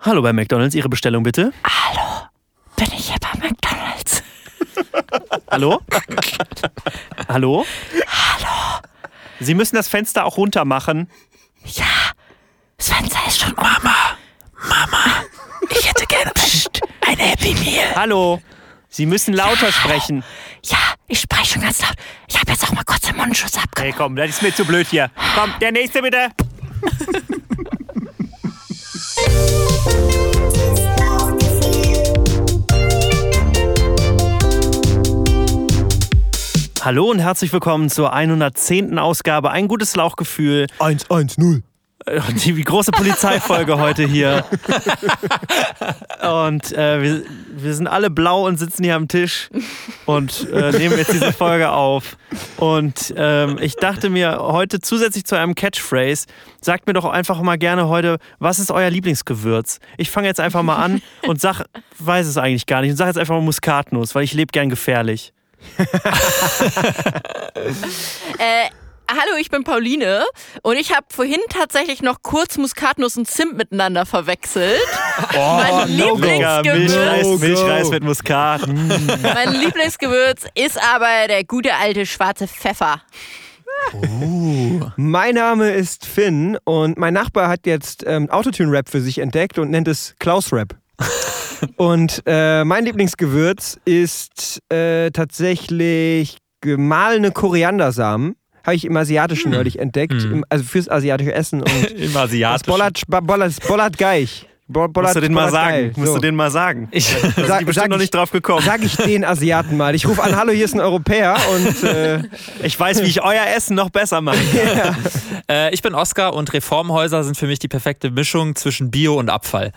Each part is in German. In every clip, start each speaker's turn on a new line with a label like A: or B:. A: Hallo bei McDonalds, Ihre Bestellung bitte.
B: Bin ich hier bei McDonalds?
A: Hallo? Hallo? Hallo? Sie müssen das Fenster auch runter machen.
B: Das Fenster ist schon Mama, Mama, ich hätte gerne Psst, ein Happy Meal.
A: Hallo? Sie müssen lauter sprechen.
B: Ja, ich spreche schon ganz laut. Ich habe jetzt auch mal kurz den Mundschutz abgemacht.
A: Hey, komm, das ist mir zu blöd hier. Komm, der nächste bitte. Hallo und herzlich willkommen zur 110. Ausgabe. Ein gutes Lauchgefühl.
C: 110.
A: Die die große Polizeifolge heute hier. Und äh, wir, wir sind alle blau und sitzen hier am Tisch und äh, nehmen jetzt diese Folge auf. Und ähm, ich dachte mir heute zusätzlich zu einem Catchphrase, sagt mir doch einfach mal gerne heute, was ist euer Lieblingsgewürz? Ich fange jetzt einfach mal an und sag, weiß es eigentlich gar nicht, und sag jetzt einfach mal Muskatnuss, weil ich lebe gern gefährlich.
D: Äh, hallo, ich bin Pauline und ich habe vorhin tatsächlich noch kurz Muskatnuss und Zimt miteinander verwechselt. mein,
A: Mega
D: Lieblingsgewürz,
A: Milchreis,
C: No go.
A: Milchreis mit Muskat. Mm.
D: mein Lieblingsgewürz ist aber der gute alte schwarze Pfeffer.
C: Mein Name ist Finn und mein Nachbar hat jetzt ähm, Autotune-Rap für sich entdeckt und nennt es Klaus-Rap. und äh, mein Lieblingsgewürz ist äh, tatsächlich gemahlene Koriandersamen. Habe ich im Asiatischen
A: Hm.
C: neulich entdeckt, im, also fürs asiatische Essen. Und
A: Im Asiatischen.
C: Bollert, Ba- Bollert, Bollert Geich. Bo-
A: Musst du
C: Bollert-
A: den mal
C: Bollert
A: sagen.
C: Geich.
A: Musst
C: So.
A: du den mal sagen. Ich bin
C: Sag-
A: bestimmt
C: sag
A: noch
C: ich-
A: nicht drauf gekommen.
C: Sag ich den Asiaten mal. Ich rufe an, hallo, hier ist ein Europäer und äh,
A: Ich weiß, wie ich euer Essen noch besser mache.
E: Äh, ich bin Oskar und Reformhäuser sind für mich die perfekte Mischung zwischen Bio und Abfall.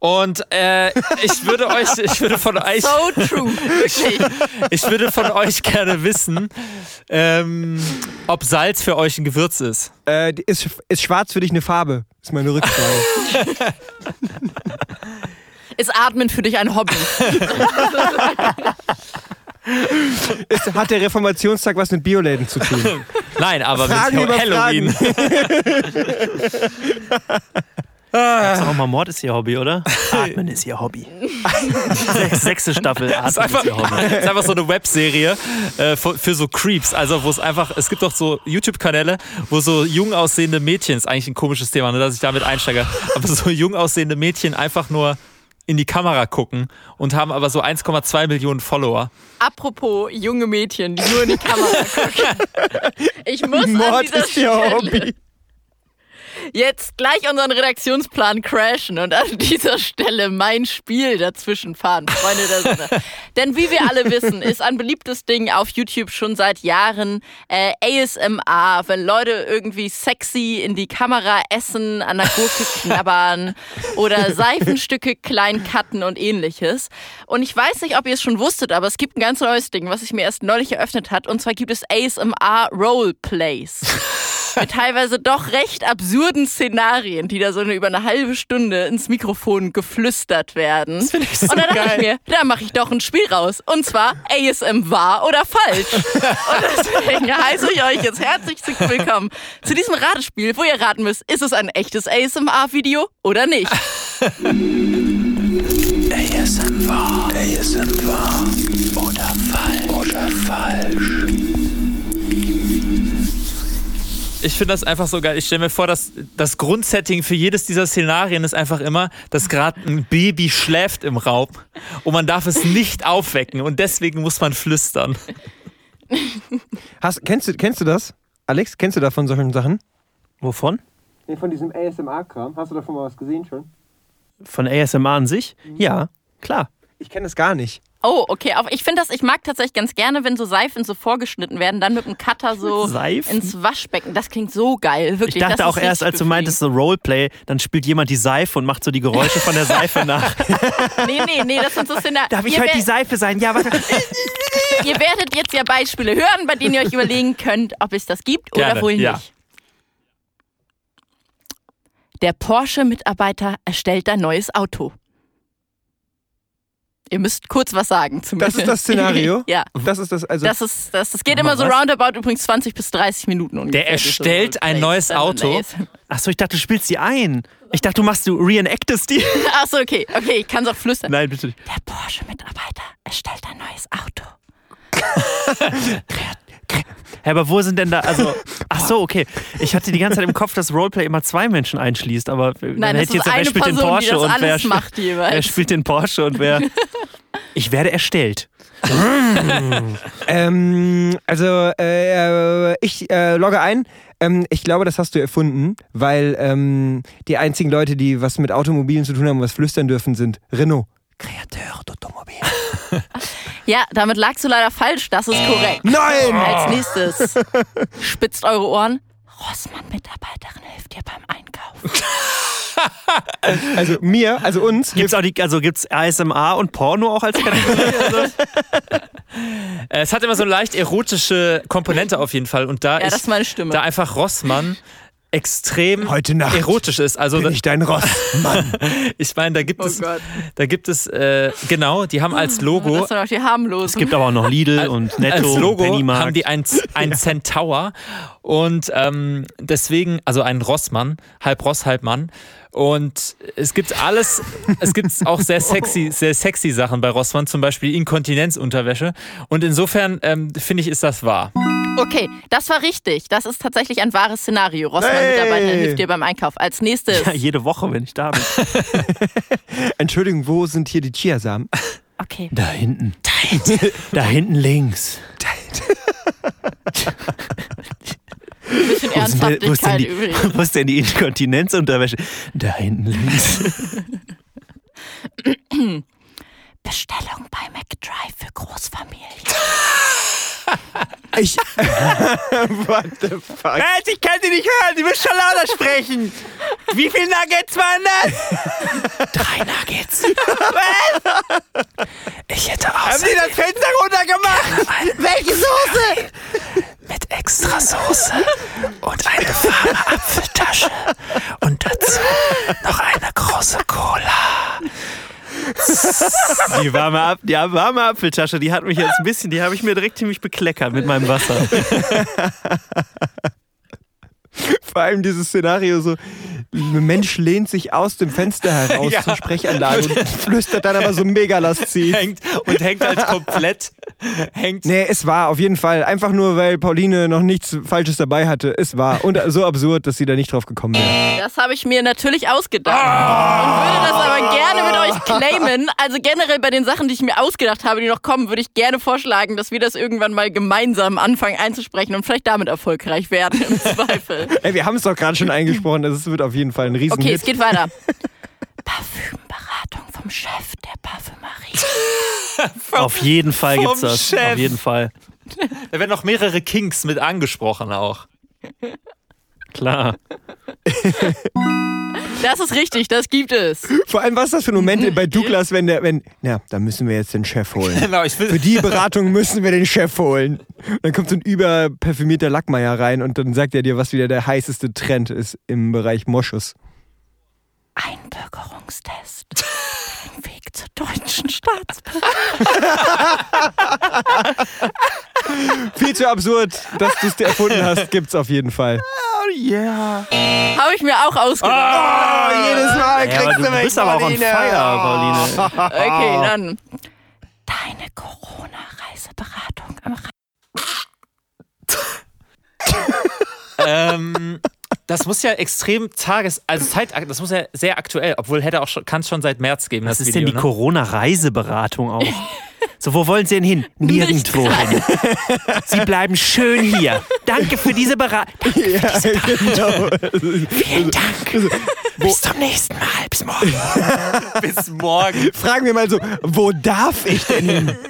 E: Und äh, ich würde euch, ich würde von euch,
D: So true. Wirklich.
E: ich würde von euch gerne wissen, ähm, ob Salz für euch ein Gewürz ist.
C: äh, ist, ist schwarz für dich eine Farbe? Ist meine Rückfrage.
D: Ist Atmen für dich ein Hobby?
C: Ist, hat der Reformationstag was mit Bioläden zu tun?
E: Nein, aber
C: Fragen
E: mit
C: über
E: Halloween.
C: Fragen.
A: Sag mal, Mord ist ihr Hobby, oder? Atmen ist ihr Hobby. Sech- Sechste Staffel,
E: Ist
A: Atmen
E: einfach,
A: ist ihr Hobby.
E: ist einfach so eine Webserie äh, für, für so Creeps, also wo es einfach, es gibt doch so YouTube-Kanäle, wo so jung aussehende Mädchen, ist eigentlich ein komisches Thema, ne, dass ich damit einsteige, aber so jung aussehende Mädchen einfach nur in die Kamera gucken und haben aber so 1,2 Millionen Follower.
D: Apropos junge Mädchen, die nur in die Kamera gucken. Ich muss an
C: Mord
D: dieser
C: ist ihr
D: Stelle
C: Hobby.
D: jetzt gleich unseren Redaktionsplan crashen und an dieser Stelle mein Spiel dazwischen fahren, Freunde der Sonne. Denn wie wir alle wissen, ist ein beliebtes Ding auf YouTube schon seit Jahren äh, ASMR, wenn Leute irgendwie sexy in die Kamera essen, an der Gurke knabbern oder Seifenstücke klein cutten und ähnliches. Und ich weiß nicht, ob ihr es schon wusstet, aber es gibt ein ganz neues Ding, was sich mir erst neulich eröffnet hat. Und zwar gibt es ASMR Roleplays mit teilweise doch recht absurden Szenarien, die da so eine, über eine halbe Stunde ins Mikrofon geflüstert werden. Das
E: finde ich so
D: und dann dachte
E: geil.
D: ich mir, da mache ich doch ein Spiel raus. Und zwar ASM wahr oder falsch. und deswegen heiße ich euch jetzt herzlich willkommen zu diesem Ratespiel, wo ihr raten müsst, ist es ein echtes ASMR-Video oder nicht?
E: Ich finde das einfach so geil. Ich stelle mir vor, dass das Grundsetting für jedes dieser Szenarien ist einfach immer, dass gerade ein Baby schläft im Raum und man darf es nicht aufwecken und deswegen muss man flüstern.
C: Hast, kennst, du, kennst du das? Alex, kennst du davon solchen Sachen?
A: Wovon?
C: Von diesem ASMR-Kram. Hast du davon mal was gesehen schon?
A: Von ASMR an sich? Ja, klar.
C: Ich kenne das gar nicht.
D: Oh, okay. Auch ich finde das, ich mag tatsächlich ganz gerne, wenn so Seifen so vorgeschnitten werden, dann mit einem Cutter so
A: Seifen?
D: ins Waschbecken. Das klingt so geil, wirklich.
A: Ich dachte
D: das
A: auch
D: ist
A: erst, als
D: richtig
A: du meintest, so Roleplay, dann spielt jemand die Seife und macht so die Geräusche von der Seife nach.
D: Nee, nee, nee, das sind so Szenarien.
A: Darf ich
D: ihr,
A: heute die
D: wer-
A: Seife sein? Ja, warte.
D: ihr werdet jetzt ja Beispiele hören, bei denen ihr euch überlegen könnt, ob es das gibt
E: Gerne,
D: oder wohl
E: ja.
D: nicht. Der Porsche-Mitarbeiter erstellt ein neues Auto. Ihr müsst kurz was sagen
C: Das
D: zumindest.
C: ist das Szenario.
D: ja.
C: Das ist das, also
D: Das ist, das, das geht
E: Warte mal,
D: immer so
E: was?
D: roundabout übrigens 20 bis 30 Minuten ungefähr.
E: Der erstellt ein neues Auto.
A: Achso, ich dachte, du spielst die ein. Ich dachte, du machst du reenactest die.
D: Achso, okay, okay, ich kann es auch flüstern.
A: Nein, bitte nicht.
D: Der Porsche-Mitarbeiter erstellt ein neues Auto.
A: Hä, aber wo sind denn da, also, ach so, okay. Ich hatte die ganze Zeit im Kopf, dass Roleplay immer zwei Menschen einschließt, aber dann
D: Nein,
A: hätte
D: das
A: ich
D: ist
A: jetzt, wer
D: eine
A: spielt den
D: Person, die
A: Porsche
D: das
A: und wer,
D: alles
A: sp-
D: macht
A: wer
D: jeweils.
A: spielt den Porsche und wer... Ich werde erstellt.
C: Ähm, also äh, ich äh, logge ein. Ähm, ich glaube, das hast du erfunden, weil ähm, die einzigen Leute, die was mit Automobilen zu tun haben, und was flüstern dürfen, sind Renault. Kreateur d'Automobile.
D: Ja, damit lagst du leider falsch, das ist korrekt.
C: Nein!
D: Als nächstes spitzt eure Ohren. Rossmann-Mitarbeiterin hilft dir beim Einkauf.
C: Also mir, also uns.
A: Gibt's auch die, also gibt's ASMR und Porno auch als Kategorie? Also?
E: Äh, Es hat immer so eine leicht erotische Komponente auf jeden Fall. Und da,
D: Ja,
E: ich,
D: das ist meine Stimme.
E: da einfach Rossmann extrem
C: Heute Nacht
E: erotisch ist. Also
C: bin
E: da,
C: ich dein Ross.
E: ich meine, da gibt
D: oh
E: es,
D: Gott. Ah,
E: da gibt es, äh, genau, die haben als
D: Das
E: Logo,
D: ist doch die harmlos.
A: Es gibt aber auch noch Lidl und Netto
E: als
A: und
E: Logo
A: Pennymarkt.
E: haben die ein, Z- ein Centaur und ähm, deswegen, also ein Rossmann, halb Ross, halb Mann. Und es gibt alles, es gibt auch sehr sexy, sehr sexy Sachen bei Rossmann, zum Beispiel Inkontinenzunterwäsche. Und insofern ähm, finde ich, ist das wahr.
D: Okay, das war richtig. Das ist tatsächlich ein wahres Szenario. Rossmann-Mitarbeiterin
C: Hey.
D: hilft dir beim Einkauf. Als nächstes.
A: ja, jede Woche, wenn ich da bin.
C: Entschuldigung, wo sind hier die Chiasamen?
D: Okay.
A: Da hinten. Da hinten. da hinten links.
D: Ein bisschen
A: Wo ist denn die- wo ist denn
D: Ernsthaftigkeit
A: die-
D: übrigens.
A: Wo ist denn die Inkontinenzunterwäsche? Da hinten links.
D: Bestellung bei McDrive für Großfamilien.
C: Ich. What the fuck?
A: Was? Ich kann sie nicht hören. Sie müssen schon lauter sprechen. Wie viele Nuggets waren das?
B: Drei Nuggets. Ich hätte
A: Haben Sie das Fenster runtergemacht?
C: Welche Soße?
B: mit extra Soße und eine warme Apfeltasche und dazu noch eine große Cola.
A: Die warme, Ap die warme Apfeltasche, die hat mich jetzt ein bisschen, die habe ich mir direkt ziemlich bekleckert mit meinem Wasser.
C: Vor allem dieses Szenario so. Ein Mensch lehnt sich aus dem Fenster heraus
E: Ja.
C: zur Sprechanlage und flüstert dann aber so mega lasziv.
E: hängt und hängt halt komplett. Hängt.
C: Nee, es war auf jeden Fall. Einfach nur, weil Pauline noch nichts Falsches dabei hatte. Es war. Und so absurd, dass sie da nicht drauf gekommen wäre.
D: Das habe ich mir natürlich ausgedacht. Und würde das aber gerne mit euch claimen. Also generell bei den Sachen, die ich mir ausgedacht habe, die noch kommen, würde ich gerne vorschlagen, dass wir das irgendwann mal gemeinsam anfangen einzusprechen und vielleicht damit erfolgreich werden im Zweifel.
C: Ey, wir haben es doch gerade schon eingesprochen. also Es wird auf jeden Fall ein riesen
D: Okay, es
C: Hit.
D: geht weiter. Parfümberatung vom Chef der Parfümerie.
A: Auf jeden Fall gibt's
E: Vom
A: das.
E: Chef.
A: Auf jeden Fall.
E: Da werden noch mehrere Kings mit angesprochen auch.
A: Klar.
D: Das ist richtig, das gibt es.
C: Vor allem, was ist das für ein
D: Mhm.
C: Moment bei Douglas, wenn der, wenn, na, da müssen wir jetzt den Chef holen.
E: Genau, ich
C: Für
E: will.
C: die Beratung müssen wir den Chef holen. Und dann kommt so ein überperfümierter Lackmeier rein und dann sagt er dir, was wieder der heißeste Trend ist im Bereich Moschus.
D: Einbürgerungstest. Ein Weg zur deutschen Staatsbürgerschaft.
C: Viel zu absurd, dass du es dir erfunden hast, gibt's auf jeden Fall.
D: Habe ich mir auch ausgedacht.
C: Oh, jedes
B: Ah,
C: Mal
A: Ja, aber du bist aber auch on
D: Oh.
A: fire, Pauline.
D: Okay, dann.
B: Deine Corona-Reiseberatung am
E: Ähm, das muss ja extrem Tages-, also Zeit, das muss ja sehr aktuell, obwohl hätte auch schon, kann es schon seit März geben.
A: Was
E: das
A: ist
E: Video,
A: denn die
E: ne?
A: Corona-Reiseberatung auch? So, wo wollen Sie denn hin? Nirgendwo hin. Sie bleiben schön hier. Danke für diese Beratung.
C: Ja, genau.
B: Vielen Dank. Bis zum nächsten Mal. Bis morgen.
E: Bis morgen.
C: Fragen wir mal so, wo darf ich denn hin?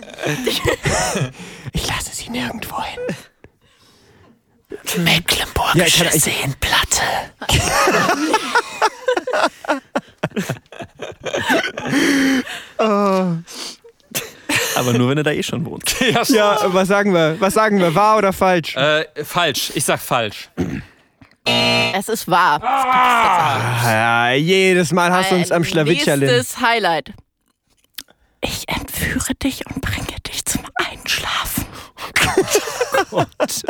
B: Ich lasse sie nirgendwo hin. Mecklenburgische
C: Ja, ich hatte- ich-
B: Seenplatte.
A: Aber nur, wenn du da eh schon wohnst.
E: ja, schon.
C: Ja, was sagen wir? Was sagen wir? Wahr oder falsch?
E: Äh, falsch, ich sag falsch.
D: Es ist wahr.
C: Ah, jedes Mal hast du uns
D: Ein
C: am Schlawittcherlin.
D: Nächstes Highlight.
B: Ich entwickle
D: Führe dich und bringe dich zum Einschlafen.
E: Oh
C: Ich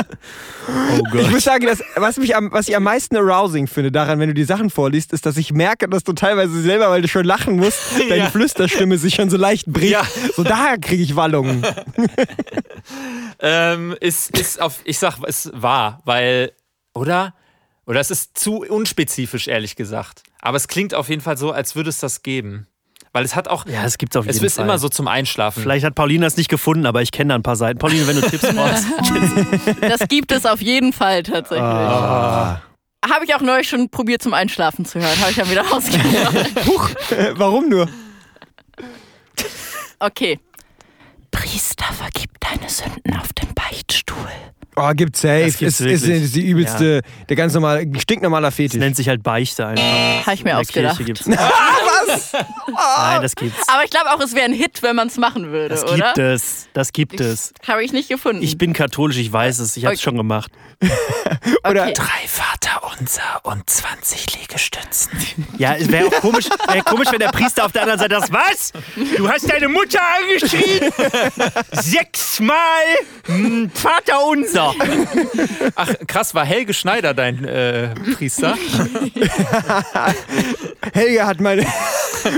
E: Gott.
C: muss sagen, dass, was, mich am, was ich am meisten arousing finde daran, wenn du die Sachen vorliest, ist, dass ich merke, dass du teilweise selber, weil du schon lachen musst, deine
E: Ja.
C: Flüsterstimme sich schon so leicht bricht.
E: Ja.
C: So daher kriege ich Wallungen.
E: Ähm, ist, ist auf, ich sag, es war, weil, oder? Oder es ist zu unspezifisch, ehrlich gesagt. Aber es klingt auf jeden Fall so, als würde es das geben. Weil es hat auch,
A: Ja, es gibt's auf jeden
E: es ist
A: Fall.
E: immer so zum Einschlafen.
A: Vielleicht hat Paulina es nicht gefunden, aber ich kenne da ein paar Seiten. Pauline, wenn du Tipps brauchst.
D: Das gibt es auf jeden Fall tatsächlich.
C: Ah.
D: Habe ich auch neulich schon probiert zum Einschlafen zu hören. Habe ich dann wieder ausgehört.
C: Huch, warum nur?
D: Okay. Priester vergibt deine Sünden auf dem Beichtstuhl.
C: Oh, gibt safe.
A: Das gibt's
C: ist, ist,
A: wirklich.
C: ist die übelste, der ganz normale, stinknormaler
A: Es
C: Fetisch.
A: nennt sich halt Beichte einfach.
D: Habe ich mir
A: In der Kirche
D: ausgedacht.
A: gibt's. Ah, was? Nein, das gibt's.
D: Aber ich glaube auch, es wäre ein Hit, wenn man es machen würde,
A: Das
D: oder?
A: gibt es. Das gibt es.
D: Habe ich nicht gefunden.
A: Ich bin katholisch, ich weiß es. Ich habe es
D: Okay.
A: schon gemacht.
C: Oder
B: Drei Vaterunser und 20 Liegestützen.
A: Ja, es wäre auch komisch, wär komisch, wenn der Priester auf der anderen Seite das was? Du hast deine Mutter angeschrien? Sechsmal mm, Vater unser.
E: Ach, krass, war Helge Schneider dein äh, Priester?
C: Helge hat meine,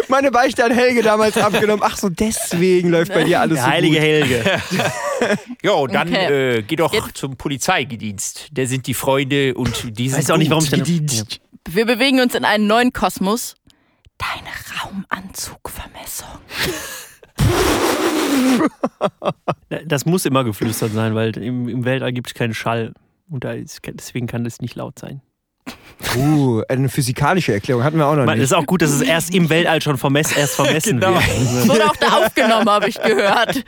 C: meine Beichte an Helge damals abgenommen. Ach so, deswegen läuft bei dir alles
A: Der
C: so
A: heilige
C: gut.
A: Helge.
E: Jo, dann
D: Okay.
E: äh, geh doch
D: Jetzt-
E: zum Polizeidienst. Da sind die Freunde und die sind
A: Weiß auch nicht,
E: gut.
A: warum ich dann-
D: Wir bewegen uns in einen neuen Kosmos. Deine Raumanzugvermessung.
A: Das muss immer geflüstert sein, weil im, im Weltall gibt es keinen Schall. Und da ist, deswegen kann das nicht laut sein.
C: Uh, eine physikalische Erklärung hatten wir auch noch
A: Man,
C: nicht.
A: ist auch gut, dass es erst im Weltall schon vermess, erst vermessen
E: Genau.
A: wird. Also,
D: Wurde auch da aufgenommen, habe ich gehört.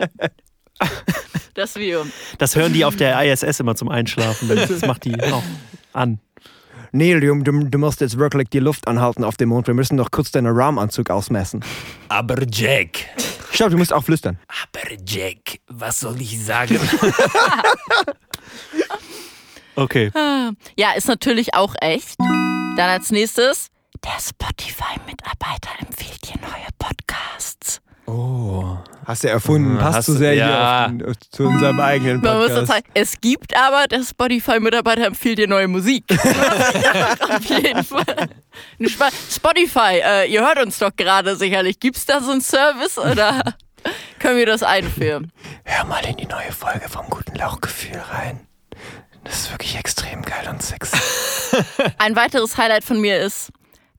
D: Das Video.
A: das hören die auf der ISS immer zum Einschlafen. Das macht die auch an.
C: Neil, du, du, du musst jetzt wirklich die Luft anhalten auf dem Mond. Wir müssen noch kurz deinen Rahmenanzug ausmessen.
B: Aber Jack,
C: Stopp, du musst auch flüstern.
B: aber Jack, was soll ich sagen?
A: Okay.
D: Ah. Ja, ist natürlich auch echt. Dann als nächstes. Der Spotify-Mitarbeiter empfiehlt dir neue Podcasts.
C: Hast du erfunden, passt
E: Hm, hast
C: so
E: du-
C: sehr
E: ja.
C: hier auf, den- zu unserem eigenen
D: Man muss dazu
C: Podcast.
D: sagen, es gibt aber, der Spotify-Mitarbeiter empfiehlt dir neue Musik. Auf jeden Fall. Eine Spa- Spotify, äh, ihr hört uns doch gerade sicherlich. Gibt's da so einen Service oder können wir das einführen?
B: Hör mal in die neue Folge vom guten Lauchgefühl rein. Das ist wirklich extrem geil und sexy.
D: Ein weiteres Highlight von mir ist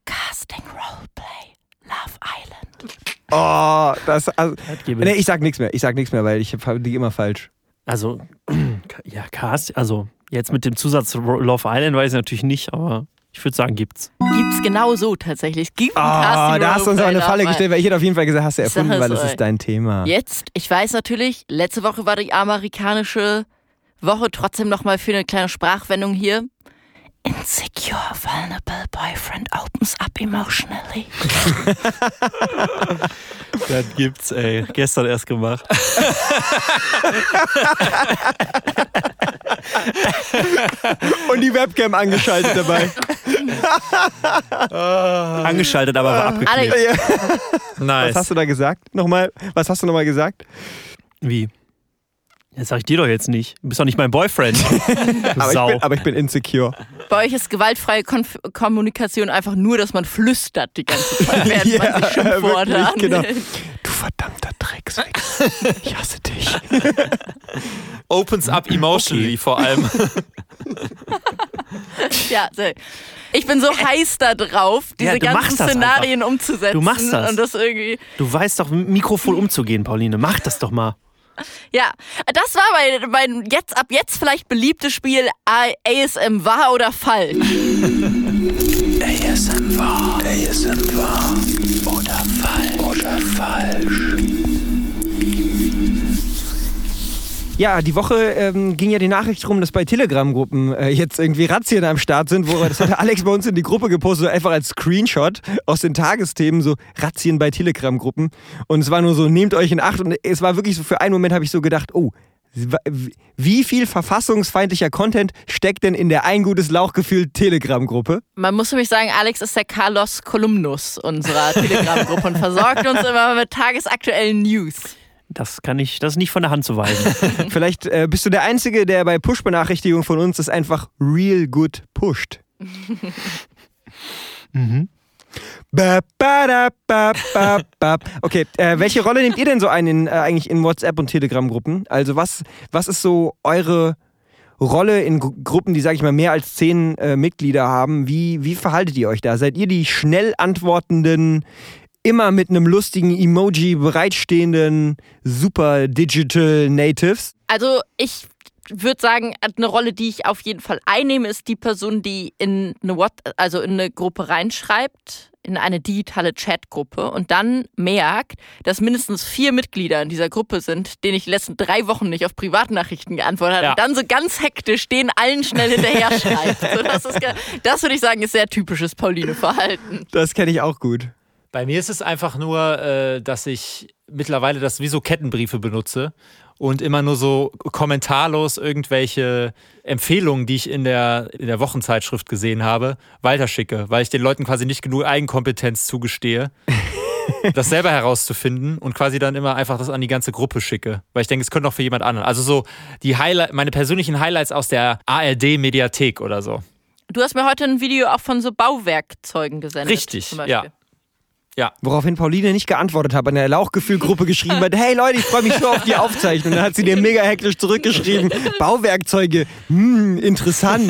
D: Casting Roleplay Love Island.
C: Oh, das, also,
A: gebe
C: nee,
A: ich.
C: ich sag nichts mehr. Ich sag nichts mehr, weil ich liege immer falsch.
A: Also, ja, Cast, also jetzt mit dem Zusatz Ro- Love Island weiß ich natürlich nicht, aber ich würde sagen, gibt's.
D: Gibt's genau so tatsächlich. Es gibt ein
C: Ah,
D: Casting
C: da hast du uns auch
D: Roleplay
C: eine
D: Love
C: Falle
D: Island.
C: gestellt, weil ich hätte auf jeden Fall gesagt, hast du
D: Ich sag
C: erfunden,
D: es
C: weil es
D: euch.
C: ist dein Thema.
D: Jetzt, ich weiß natürlich, letzte Woche war die amerikanische Woche trotzdem nochmal für eine kleine Sprachwendung hier. Insecure, vulnerable boyfriend opens up emotionally.
A: Das gibt's, ey. Gestern erst gemacht.
C: Und die Webcam angeschaltet dabei.
A: Ah. Angeschaltet, aber war abgeklebt.
D: Alle,
E: Nice.
C: Was hast du da gesagt? Nochmal, was hast du nochmal gesagt?
A: Wie? Das sag ich dir doch jetzt nicht. Du bist doch nicht mein Boyfriend. Du
C: Aber ich,
A: Sau.
C: bin, aber ich bin insecure.
D: bei euch ist gewaltfreie Konf Kommunikation einfach nur, dass man flüstert die ganze Zeit, während man sich Schimpfworte
C: wirklich, genau.
D: annimmt.
C: Du verdammter Dreckswichser. Ich hasse dich.
E: Opens up emotionally vor allem.
D: Ja, sehr. ich bin so heiß da drauf, diese
A: Äh, Ja, du
D: ganzen
A: machst das
D: Szenarien umzusetzen.
A: Du machst das.
D: Und das irgendwie.
A: Du weißt doch, mit dem Mikrofon umzugehen, Pauline. Mach das doch mal.
D: Ja, das war mein, mein jetzt ab jetzt vielleicht beliebtes Spiel A- ASM wahr oder falsch.
B: ASM war. ASM war. Oder falsch. Oder falsch.
C: Ja, die Woche ähm, ging ja die Nachricht rum, dass bei Telegram-Gruppen äh, jetzt irgendwie Razzien am Start sind. Wo, das hatte Alex bei uns in die Gruppe gepostet, so einfach als Screenshot aus den Tagesthemen, so Razzien bei Telegram-Gruppen. Und es war nur so, nehmt euch in Acht. Und es war wirklich so, für einen Moment habe ich so gedacht, oh, wie viel verfassungsfeindlicher Content steckt denn in der ein gutes Lauchgefühl Telegram-Gruppe?
D: Man muss nämlich sagen, Alex ist der Carlos Kolumnus unserer Telegram-Gruppe und versorgt uns immer mit tagesaktuellen News.
A: Das kann ich, das ist nicht von der Hand zu weisen.
C: Vielleicht äh, bist du der Einzige, der bei Push-Benachrichtigungen von uns das einfach real good pusht. mhm. Ba, ba, da, ba, ba, ba. Okay, äh, welche Rolle nehmt ihr denn so ein in, äh, eigentlich in WhatsApp- und Telegram-Gruppen? Also was, was ist so eure Rolle in Gru Gruppen, die, sage ich mal, mehr als zehn äh, Mitglieder haben? Wie, wie verhaltet ihr euch da? Seid ihr die schnell antwortenden, immer mit einem lustigen Emoji bereitstehenden, super Digital Natives?
D: Also ich würde sagen, eine Rolle, die ich auf jeden Fall einnehme, ist die Person, die in eine What also in eine Gruppe reinschreibt, in eine digitale Chatgruppe und dann merkt, dass mindestens vier Mitglieder in dieser Gruppe sind, denen ich die letzten drei Wochen nicht auf Privatnachrichten geantwortet habe.
E: Ja.
D: Und dann so ganz hektisch den allen schnell hinterher schreibt. So, das ist ge- das würde ich sagen, ist sehr typisches Pauline-Verhalten.
C: Das kenne ich auch gut.
E: Bei mir ist es einfach nur, äh, dass ich mittlerweile das wie so Kettenbriefe benutze und immer nur so kommentarlos irgendwelche Empfehlungen, die ich in der, in der Wochenzeitschrift gesehen habe, weiterschicke, weil ich den Leuten quasi nicht genug Eigenkompetenz zugestehe. Das selber herauszufinden und quasi dann immer einfach das an die ganze Gruppe schicke. Weil ich denke, es könnte auch für jemand anderen. Also so die Highlight, meine persönlichen Highlights aus der ARD-Mediathek oder so.
D: Du hast mir heute ein Video auch von so Bauwerkzeugen gesendet.
E: Richtig,
D: zum Beispiel.
E: ja.
C: Woraufhin Pauline nicht geantwortet hat, an der Lauchgefühlgruppe geschrieben hat, hey Leute, ich freue mich so auf die Aufzeichnung. Dann hat sie dir mega hektisch zurückgeschrieben, Bauwerkzeuge, hm, interessant.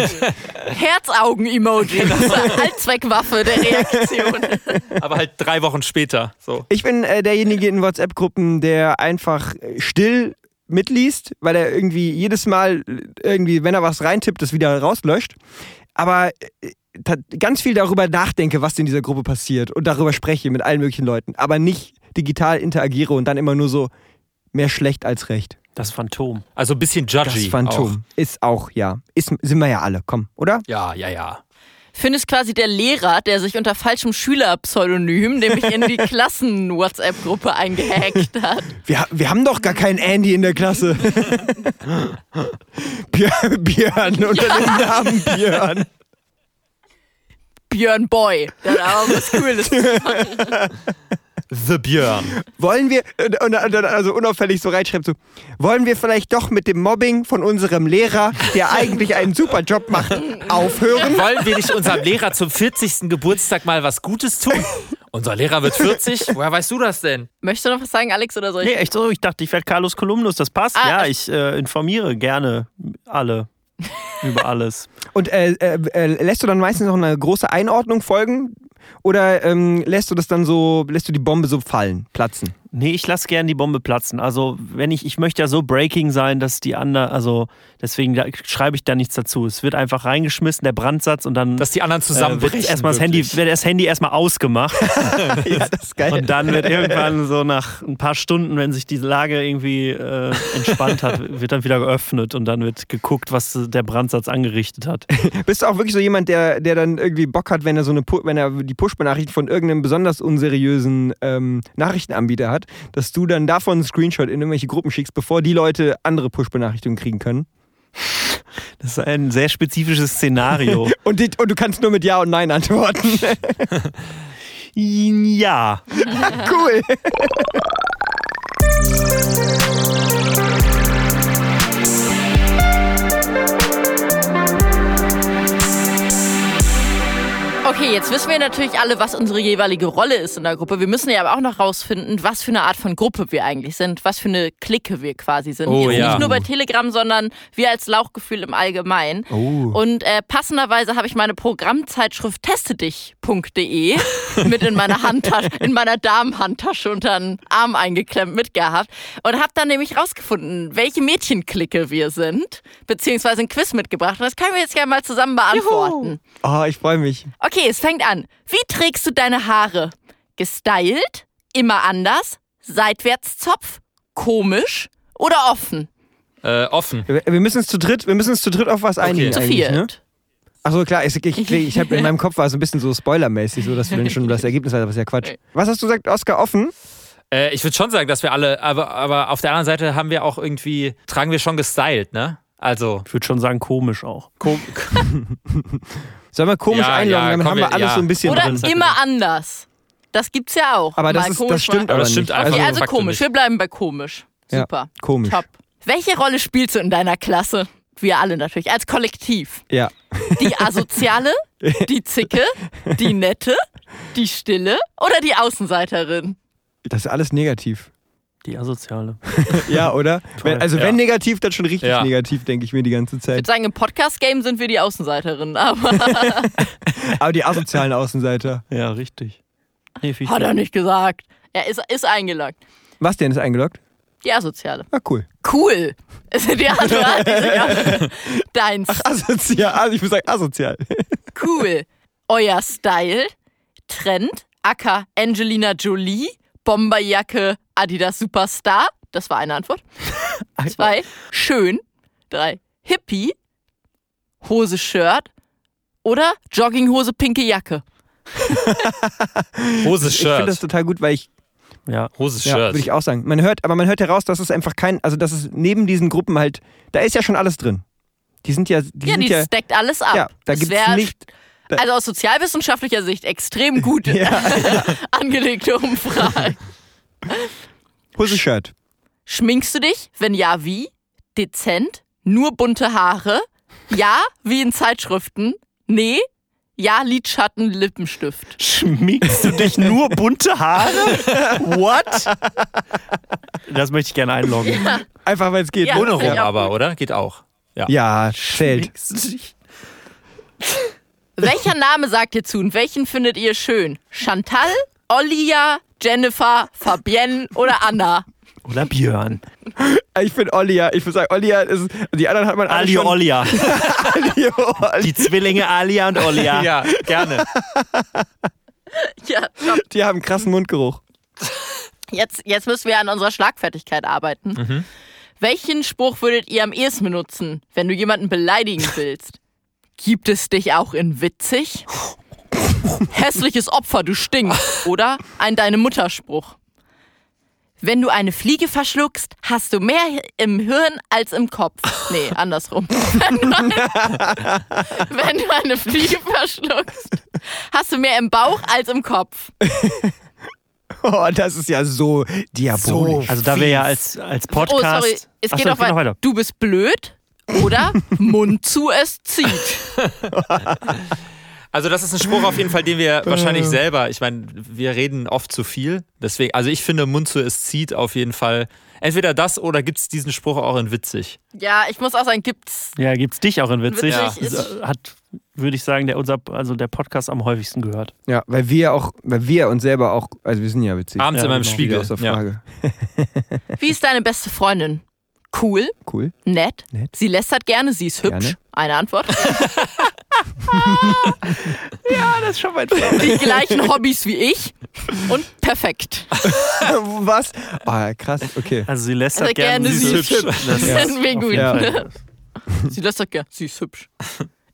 D: Herzaugen-Emoji, das ist eine Allzweckwaffe der Reaktion.
E: Aber halt drei Wochen später. So.
C: Ich bin äh, derjenige in WhatsApp-Gruppen, der einfach still mitliest, weil er irgendwie jedes Mal irgendwie, wenn er was reintippt, das wieder rauslöscht. Aber äh, ta- ganz viel darüber nachdenke, was in dieser Gruppe passiert und darüber spreche mit allen möglichen Leuten, aber nicht digital interagiere und dann immer nur so mehr schlecht als recht.
A: Das Phantom.
E: Also ein bisschen judgy.
C: Das Phantom ist auch, ja. Ist, sind wir ja alle, komm, oder?
E: Auch. Ja, ja, ja.
D: Finn ist quasi der Lehrer, der sich unter falschem Schülerpseudonym nämlich in die Klassen-WhatsApp-Gruppe eingehackt hat.
C: Wir, wir haben doch gar keinen Andy in der Klasse. Björn, Björn unter dem Namen Björn.
D: Björn Boy. Der Name ist cool. Das
E: The Björn.
C: Wollen wir, und- und- und- also unauffällig so reinschreiben, so, wollen wir vielleicht doch mit dem Mobbing von unserem Lehrer, der eigentlich einen super Job macht, aufhören?
E: Wollen wir nicht unserem Lehrer zum 40. Geburtstag mal was Gutes tun? Unser Lehrer wird 40? Woher weißt du das denn?
D: Möchtest du noch was sagen, Alex, oder soll ich?
A: Nee, echt so. Ich dachte, ich werde Carlos Kolumnus. Das passt.
D: Ah.
A: ja, ich äh, informiere gerne alle über alles.
C: Und äh, äh, äh, lässt du dann meistens noch eine große Einordnung folgen? Oder ähm, lässt du das dann so, lässt du die Bombe so fallen, platzen?
A: Nee, ich lasse gern die Bombe platzen. Also, wenn ich, ich möchte ja so breaking sein, dass die anderen, also deswegen da, schreibe ich da nichts dazu. Es wird einfach reingeschmissen, der Brandsatz und dann äh,
E: Dass die anderen
A: wird
E: zusammenbrechen.
A: erstmal das Handy,
E: wirklich.
A: wird das Handy erstmal ausgemacht
C: Ja, das ist geil.
A: und dann wird irgendwann so nach ein paar Stunden, wenn sich die Lage irgendwie äh, entspannt hat, wird dann wieder geöffnet und dann wird geguckt, was der Brandsatz angerichtet hat.
C: Bist du auch wirklich so jemand, der, der dann irgendwie Bock hat, wenn er so eine Pu- wenn er die Push-Benachricht von irgendeinem besonders unseriösen ähm, Nachrichtenanbieter hat, dass du dann davon einen Screenshot in irgendwelche Gruppen schickst, bevor die Leute andere Push-Benachrichtigungen kriegen können?
A: Das ist ein sehr spezifisches Szenario.
C: Und, die, und du kannst nur mit Ja und Nein antworten.
A: ja.
C: cool.
D: Okay, jetzt wissen wir natürlich alle, was unsere jeweilige Rolle ist in der Gruppe. Wir müssen ja aber auch noch rausfinden, was für eine Art von Gruppe wir eigentlich sind, was für eine Clique wir quasi sind.
E: Oh,
D: jetzt
E: ja.
D: Nicht nur bei Telegram, sondern wir als Lauchgefühl im Allgemeinen.
E: Oh.
D: Und äh, passenderweise habe ich meine Programmzeitschrift testedich.de mit in meiner Handtasche, in meiner Damenhandtasche unter den Arm eingeklemmt mitgehabt und habe dann nämlich rausgefunden, welche Mädchenklicke wir sind, beziehungsweise ein Quiz mitgebracht. Und das können wir jetzt gerne mal zusammen beantworten.
C: Oh, ich freue mich.
D: Okay, es fängt an. Wie trägst du deine Haare? Gestylt? Immer anders? Seitwärtszopf? Komisch? Oder offen?
E: Äh, offen.
C: Wir wir müssen uns zu dritt, wir müssen uns zu dritt auf was einigen.
D: Zu
C: eigentlich,
D: viert.
C: ne? Ach so, klar, ich, ich, ich habe in meinem Kopf war es ein bisschen so spoilermäßig, so dass du dann schon das Ergebnis weißt, aber ist ja Quatsch. Was hast du gesagt, Oscar, offen?
E: Äh, ich würde schon sagen, dass wir alle, aber, aber auf der anderen Seite haben wir auch irgendwie, tragen wir schon gestylt, ne? Also,
A: Ich würde schon sagen, komisch auch.
E: kom
C: Sollen wir komisch
E: Ja,
C: einloggen,
E: ja,
C: damit
E: komm,
C: haben wir
E: wir-
C: alles
E: ja.
C: so ein bisschen
D: Oder
C: drin.
D: immer anders. Das gibt's ja auch.
C: Aber das,
D: Mal
C: ist,
D: komisch,
C: das stimmt
D: mal.
C: aber
E: das stimmt
C: nicht.
E: einfach
D: Okay,
E: Also-
D: also
E: Faktor
D: komisch.
E: nicht.
D: Wir bleiben bei komisch.
C: Ja.
D: Super.
C: Komisch.
D: Top. Welche Rolle spielst du in deiner Klasse? Wir alle natürlich, als Kollektiv.
C: Ja.
D: Die asoziale, die Zicke, die nette, die stille oder die Außenseiterin?
C: Das ist alles negativ.
A: Die Asoziale.
C: Ja, oder? Wenn, also
E: Ja.
C: wenn negativ, dann schon richtig
E: Ja.
C: negativ, denke ich mir die ganze
D: Ich
C: Zeit.
D: würde sagen, im Podcast-Game sind wir die Außenseiterin, aber
C: Aber die asozialen Außenseiter.
A: Ja, richtig. Nee, viel
D: hat er nicht gesagt. Er ist, ist eingeloggt.
C: Was denn ist eingeloggt?
D: Die asoziale.
C: Ah, cool.
D: Cool. Die andere hat sich auch- Deins.
C: Asozial. Also ich muss sagen, asozial.
D: Cool. Euer Style. Trend. Acker Angelina Jolie. Bomberjacke Adidas Superstar. Das war eine Antwort. Zwei. Schön. Drei. Hippie. Hose Shirt. Oder Jogginghose, pinke Jacke.
E: Hose,
C: Ich finde das
E: Shirt.
C: total gut, weil ich,
A: Ja.
E: Hose,
C: ja, würde
E: Shirt.
C: ich auch sagen. Man hört, aber man hört heraus, dass es einfach kein, also dass es neben diesen Gruppen halt, da ist ja schon alles drin. Die sind ja, die
D: ja,
C: sind
D: die
C: ja,
D: steckt alles ab.
C: ja, da
D: Das
C: gibt
D: wär-
C: es nicht,
D: Also aus sozialwissenschaftlicher Sicht extrem gut angelegte Umfrage.
C: Hose-Shirt.
D: Schminkst du dich? Wenn ja, wie? Dezent? Nur bunte Haare? Ja, wie in Zeitschriften? Nee? Ja, Lidschatten, Lippenstift.
A: Schmiegst du dich nur bunte Haare? What? Das möchte ich gerne einloggen.
C: Einfach, weil es geht.
D: Ja.
C: ne?
E: Ohne
D: Finde
E: rum
D: ich auch
E: aber,
D: gut.
E: oder? Geht auch.
C: Ja, zählt.
D: Welcher Name sagt ihr zu und welchen findet ihr schön? Chantal, Olia, Jennifer, Fabienne oder Anna?
A: Oder Björn.
C: Ich bin Ollia. Ich würde sagen, Ollia ist, die anderen hat man alle
A: Ali
C: schon.
A: Olia.
C: Alio, Olli.
A: Die Zwillinge Alia und Olia.
E: Ja, gerne.
D: Ja, stopp.
C: Die haben krassen Mundgeruch.
D: Jetzt, jetzt müssen wir an unserer Schlagfertigkeit arbeiten. Welchen Spruch würdet ihr am ehesten benutzen, wenn du jemanden beleidigen willst? Gibt es dich auch in witzig? Hässliches Opfer, du stinkst. Oder ein deine Mutterspruch. Wenn du eine Fliege verschluckst, hast du mehr im Hirn als im Kopf. Nee, andersrum. Wenn du eine, wenn du eine Fliege verschluckst, hast du mehr im Bauch als im Kopf.
C: Oh, das ist ja so diabolisch.
A: Also da wir ja als, als
D: Oh,
A: Podcast...
D: sorry, es
A: Ach
D: geht
A: so,
D: noch, wei- Du bist blöd oder Mund zu, es zieht.
E: Also das ist ein Spruch auf jeden Fall, den wir wahrscheinlich selber, ich meine, wir reden oft zu viel. Deswegen, also ich finde Mund zu es zieht auf jeden Fall. Entweder das oder gibt es diesen Spruch auch in witzig.
D: Ja, ich muss auch sagen, gibt's.
A: Ja, gibt's dich auch in witzig. Also,
D: Witzig ist-
A: Hat, würde ich sagen, der, unser, also der Podcast am häufigsten gehört.
C: Ja, weil wir auch, weil wir uns selber auch, also wir sind ja witzig.
E: Abends
A: Ja,
E: in meinem
A: genau.
E: Spiegel.
C: Aus der
E: Ja.
C: Frage.
D: Wie ist deine beste Freundin? Cool,
C: Cool.
D: nett.
C: Nett.
D: Sie lästert gerne, sie ist hübsch.
C: Gerne.
D: Eine Antwort.
C: Das ist schon weit weg.
D: Die gleichen Hobbys wie ich und perfekt.
C: Was? Ah, krass, okay.
A: Also sie lässt halt
D: Also
A: gerne,
D: gerne, sie
E: ist hübsch.
A: Das
D: Das finden wir gut.
C: Ja.
D: Sie lästert gerne, sie ist hübsch.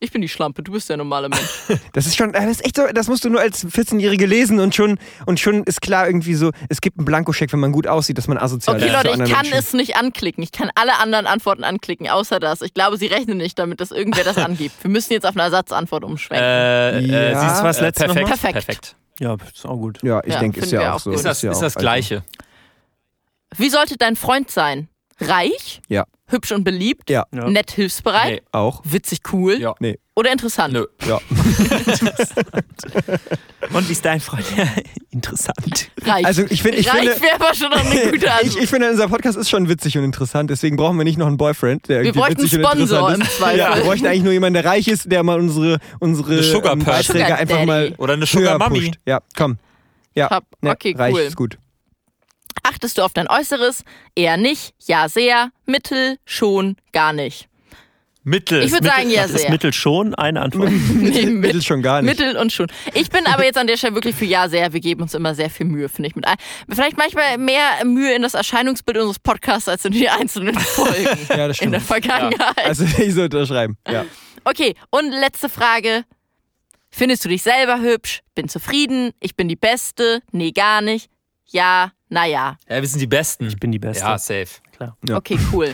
D: Ich bin die Schlampe, du bist der normale Mensch.
C: Das ist schon, ah, das ist echt so, das musst du nur als 14-Jährige lesen und schon, und schon ist klar irgendwie so, es gibt einen Blankoscheck, wenn man gut aussieht, dass man asozial
D: Okay,
C: ist.
D: Leute,
C: zu
D: ich
C: anderen
D: kann
C: Menschen.
D: es nicht anklicken. Ich kann alle anderen Antworten anklicken, außer das. Ich glaube, sie rechnen nicht damit, dass irgendwer das angibt. Wir müssen jetzt auf eine Ersatzantwort umschwenken.
E: Äh, äh,
C: Ja.
E: siehst du was
A: Äh,
E: letztes
A: perfekt.
E: Perfekt.
D: Perfekt.
E: perfekt.
A: Ja, ist auch gut.
C: Ja, ich
D: Ja,
C: denke, ist
D: finden wir
C: ja auch
D: auch
C: so.
D: gut.
E: Ist das,
C: ja
E: ist
C: auch also
E: das
C: einfach.
E: Gleiche.
D: Wie sollte dein Freund sein? Reich?
C: Ja.
D: Hübsch und beliebt?
C: Ja.
A: Ja.
D: Nett hilfsbereit?
E: Nee.
C: Auch?
D: Witzig cool?
E: Ja.
C: Nee.
D: Oder interessant?
E: Nö.
C: Ja.
A: Und wie ist dein Freund? Interessant.
D: Reich.
C: Also ich finde, ich finde,
D: Reich wäre aber schon noch eine gute
C: ich,
D: Antwort.
C: ich finde, unser Podcast ist schon witzig und interessant, deswegen brauchen wir nicht noch einen Boyfriend, der
D: wir
C: irgendwie
D: bräuchten einen
C: witzig und
D: Sponsor Also-
C: interessant
D: im
C: ist.
D: Zweifel.
C: Wir bräuchten eigentlich nur jemanden, der reich ist, der mal unsere, unsere
E: Eine Sugar
C: ähm,
E: Pearl.
C: Beiträge
D: Sugar
C: einfach mal
D: Daddy.
E: Oder eine
C: höher
E: Sugar Mami.
C: pusht. Ja, komm. Ja,
D: Top.
C: ne,
D: Okay,
C: reich
D: cool.
C: ist gut.
D: Achtest du auf dein Äußeres? Eher nicht. Ja, sehr. Mittel. Schon. Gar nicht.
E: Mittel.
D: Ich würde sagen, ja,
A: das
D: sehr.
A: Mittel schon eine Antwort.
D: Nee, mit-
C: Mittel schon gar nicht.
D: Mittel und schon. Ich bin aber jetzt an der Stelle wirklich für ja sehr. Wir geben uns immer sehr viel Mühe, finde ich. Mit all- Vielleicht manchmal mehr Mühe in das Erscheinungsbild unseres Podcasts als in die einzelnen Folgen
C: Ja, das
D: in der
C: stimmt.
D: Vergangenheit.
C: Also ich so unterschreiben. Ja.
D: Okay, und letzte Frage. Findest du dich selber hübsch? Bin zufrieden? Ich bin die Beste? Nee, gar nicht. Ja, naja.
E: Ja, wir sind die Besten.
A: Ich bin die Beste.
E: ja, safe.
C: Ja.
D: Okay, cool.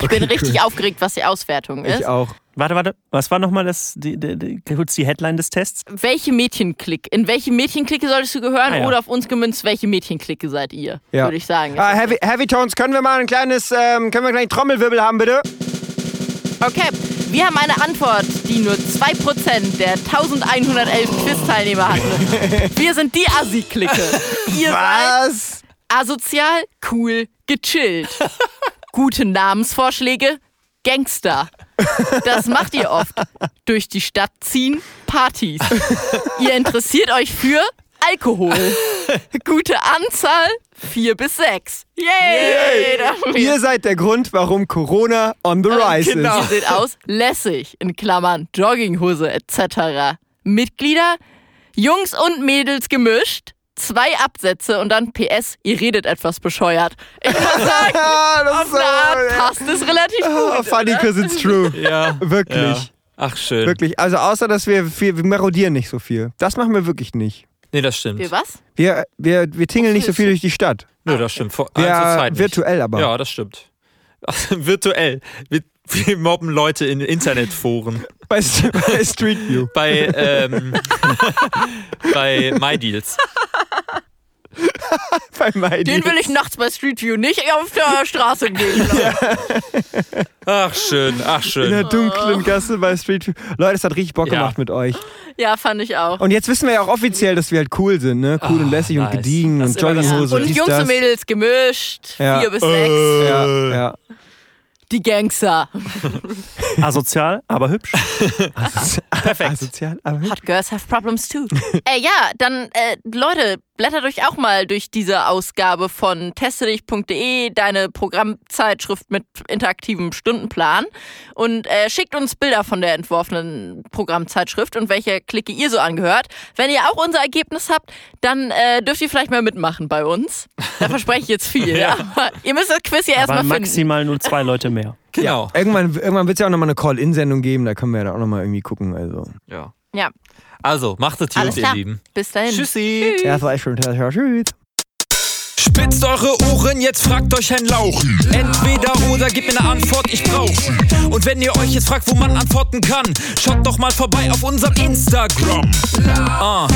D: Ich bin richtig aufgeregt, was die Auswertung ist.
C: Ich auch.
A: Warte, warte. Was war nochmal das, die, die, die, kurz die Headline des Tests?
D: Welche Mädchenklick? In welche Mädchenklicke solltest du gehören?
A: Ah, ja.
D: Oder auf uns gemünzt, welche Mädchenklicke seid ihr?
C: Ja.
D: Würde ich sagen.
C: Ah, Heavy, Heavy Tones, können wir mal ein kleines, ähm, können wir einen kleinen Trommelwirbel haben, bitte?
D: Okay, wir haben eine Antwort, die nur 2% der 1111 Quiz-Teilnehmer hatten. Wir sind die Assi-Clique. Ihr seid
C: Was?
D: asozial, cool, gechillt. Gute Namensvorschläge, Gangster. Das macht ihr oft. Durch die Stadt ziehen, Partys. Ihr interessiert euch für Alkohol. Gute Anzahl, 4 bis 6. Yay! Dafür-
C: Ihr seid der Grund, warum Corona on the
D: Äh,
C: rise
D: Genau. Ihr seht aus lässig, in Klammern, Jogginghose etc. Mitglieder, Jungs und Mädels gemischt, zwei Absätze und dann PS, ihr redet etwas bescheuert. Ich muss
C: ist.
D: sagen,
C: Ah, das
D: auf eine Art passt es relativ
C: Oh,
D: gut.
C: funny,
D: oder?
C: because it's true.
E: Ja.
C: Wirklich.
E: ja. Ach, schön.
C: Wirklich. Also außer, dass wir, viel, wir marodieren nicht so viel. Das machen wir wirklich nicht.
E: Nee, das stimmt.
D: Wir was?
C: Wir, wir, wir tingeln nicht so viel durch die Stadt.
E: Nö, das stimmt. Vor,
C: Wir,
E: also zur Zeit nicht.
C: virtuell aber.
E: Ja, das stimmt. Also, virtuell. Wir, wir mobben Leute in Internetforen.
C: Bei, St- bei Street View.
E: Bei, ähm, bei MyDeals.
C: bei meinen.
D: Den will ich nachts bei Street View nicht auf der Straße gehen.
E: Ach, schön. Ach,
C: in der
E: schön.
C: dunklen Gasse bei Street View. Leute, es hat richtig Bock
E: Ja.
C: gemacht mit euch.
D: Ja, fand ich auch.
C: Und jetzt wissen wir ja auch offiziell, dass wir halt cool sind, ne? Cool und lässig und
E: Ah, nice.
C: gediegen
E: Das
C: und
E: ist immer das
C: Jogginghose
D: und
C: dies,
D: Jungs
C: das.
D: und Mädels gemischt,
C: Ja. Oh.
D: 4 bis 6,
C: Ja, ja.
D: die Gangster.
A: Asozial, aber hübsch.
E: Perfekt.
C: Asozial, aber
E: Mhm.
D: Hot Girls have problems too. äh, ja, dann, äh, Leute, blättert euch auch mal durch diese Ausgabe von testedich.de, deine Programmzeitschrift mit interaktivem Stundenplan und äh, schickt uns Bilder von der entworfenen Programmzeitschrift und welche Clique ihr so angehört. Wenn ihr auch unser Ergebnis habt, dann äh, dürft ihr vielleicht mal mitmachen bei uns. Da verspreche ich jetzt viel.
E: Ja.
D: Aber ihr müsst das Quiz ja
A: Aber
D: erstmal finden.
A: maximal nur zwei Leute mehr.
E: Genau.
C: Irgendwann, irgendwann wird es ja auch nochmal eine Call-In-Sendung geben, da können wir ja da auch nochmal irgendwie gucken. Also.
E: Ja.
D: Ja,
E: Also, macht es
D: alles
E: gut, ihr
D: klar.
E: Lieben.
D: Bis dahin.
E: Tschüssi.
C: Ja, das war echt schön. Tschüss.
E: Spitzt eure Ohren, jetzt fragt euch ein Lauch. Entweder oder gebt mir eine Antwort, ich brauch. sie. Und wenn ihr euch jetzt fragt, wo man antworten kann, schaut doch mal vorbei auf unserem Instagram. Ah,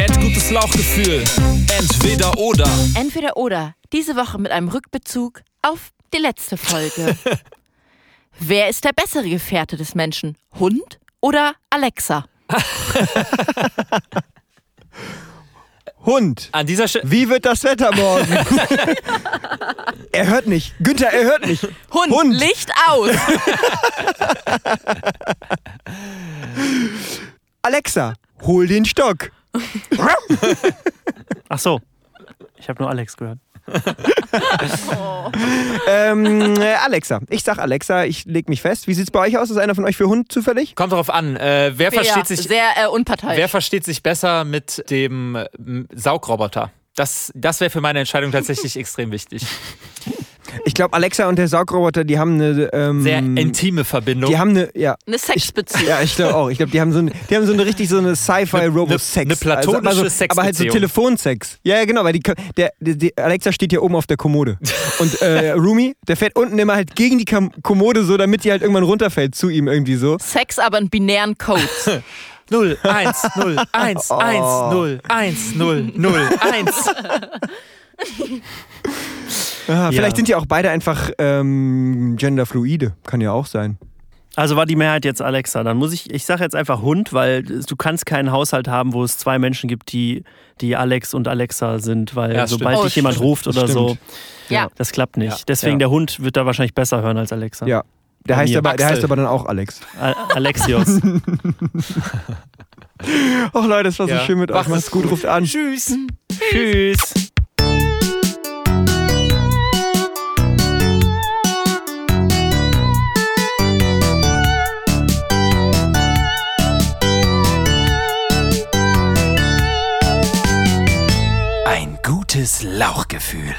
E: at gutes Lauchgefühl. Entweder oder.
D: Entweder oder. Diese Woche mit einem Rückbezug auf die letzte Folge. Wer ist der bessere Gefährte des Menschen? Hund oder Alexa?
C: Hund,
E: An dieser Stelle.
C: wie wird das Wetter morgen? er hört nicht. Günther, er hört nicht.
D: Hund,
C: Hund.
D: Licht aus.
C: Alexa, hol den Stock.
A: Ach so. Ich habe nur Alex gehört.
C: Ähm, äh, Alexa, ich sag Alexa, ich leg mich fest. Wie sieht's bei euch aus? Ist einer von euch für Hund zufällig?
E: Kommt darauf an, äh, wer, versteht sich,
D: Sehr äh,
E: wer
D: unparteiisch.
E: versteht sich besser mit dem äh, m- Saugroboter? Das, das wäre für meine Entscheidung tatsächlich extrem wichtig.
C: Ich glaube, Alexa und der Saugroboter, die haben eine. Ähm,
E: Sehr intime Verbindung.
C: Die haben eine, ja.
D: Eine Sexbeziehung.
C: Ja, ich glaube auch. Ich glaube, die haben so eine, die haben so eine richtig so eine Sci-Fi-Robo-Sex.
E: ne platonische
C: aber Aber halt so
E: Sexbeziehung.
C: Telefonsex. Ja, ja, genau, weil die, der, der, die Alexa steht hier oben auf der Kommode. Und äh, Rumi, der fährt unten immer halt gegen die Kam Kommode so, damit die halt irgendwann runterfällt zu ihm irgendwie so.
D: Sex, aber in binären Codes.
E: 0, 1, 0, 1, 1, 0, 1, 0, 0, 1.
C: Ah, Vielleicht sind die auch beide einfach ähm, genderfluide. Kann ja auch sein.
A: Also war die Mehrheit jetzt Alexa. Dann muss ich, ich sage jetzt einfach Hund, weil du kannst keinen Haushalt haben, wo es zwei Menschen gibt, die, die Alex und Alexa sind, weil
E: Ja, stimmt.
A: sobald
D: Oh,
A: dich jemand
D: stimmt.
A: ruft oder so,
D: ja.
A: das klappt nicht.
E: Ja.
A: Deswegen
C: Ja.
A: der Hund wird da wahrscheinlich besser hören als Alexa.
C: Ja. Der
A: Bei
C: heißt,
A: mir.
C: aber, der
E: Axel.
C: heißt aber dann auch Alex.
A: A Alexios.
C: Och Leute, es war
E: Ja.
C: so schön mit euch.
E: Macht
C: Macht's
E: es
C: gut, ruft an.
E: Tschüss.
A: Tschüss.
B: Ein gutes Lauchgefühl.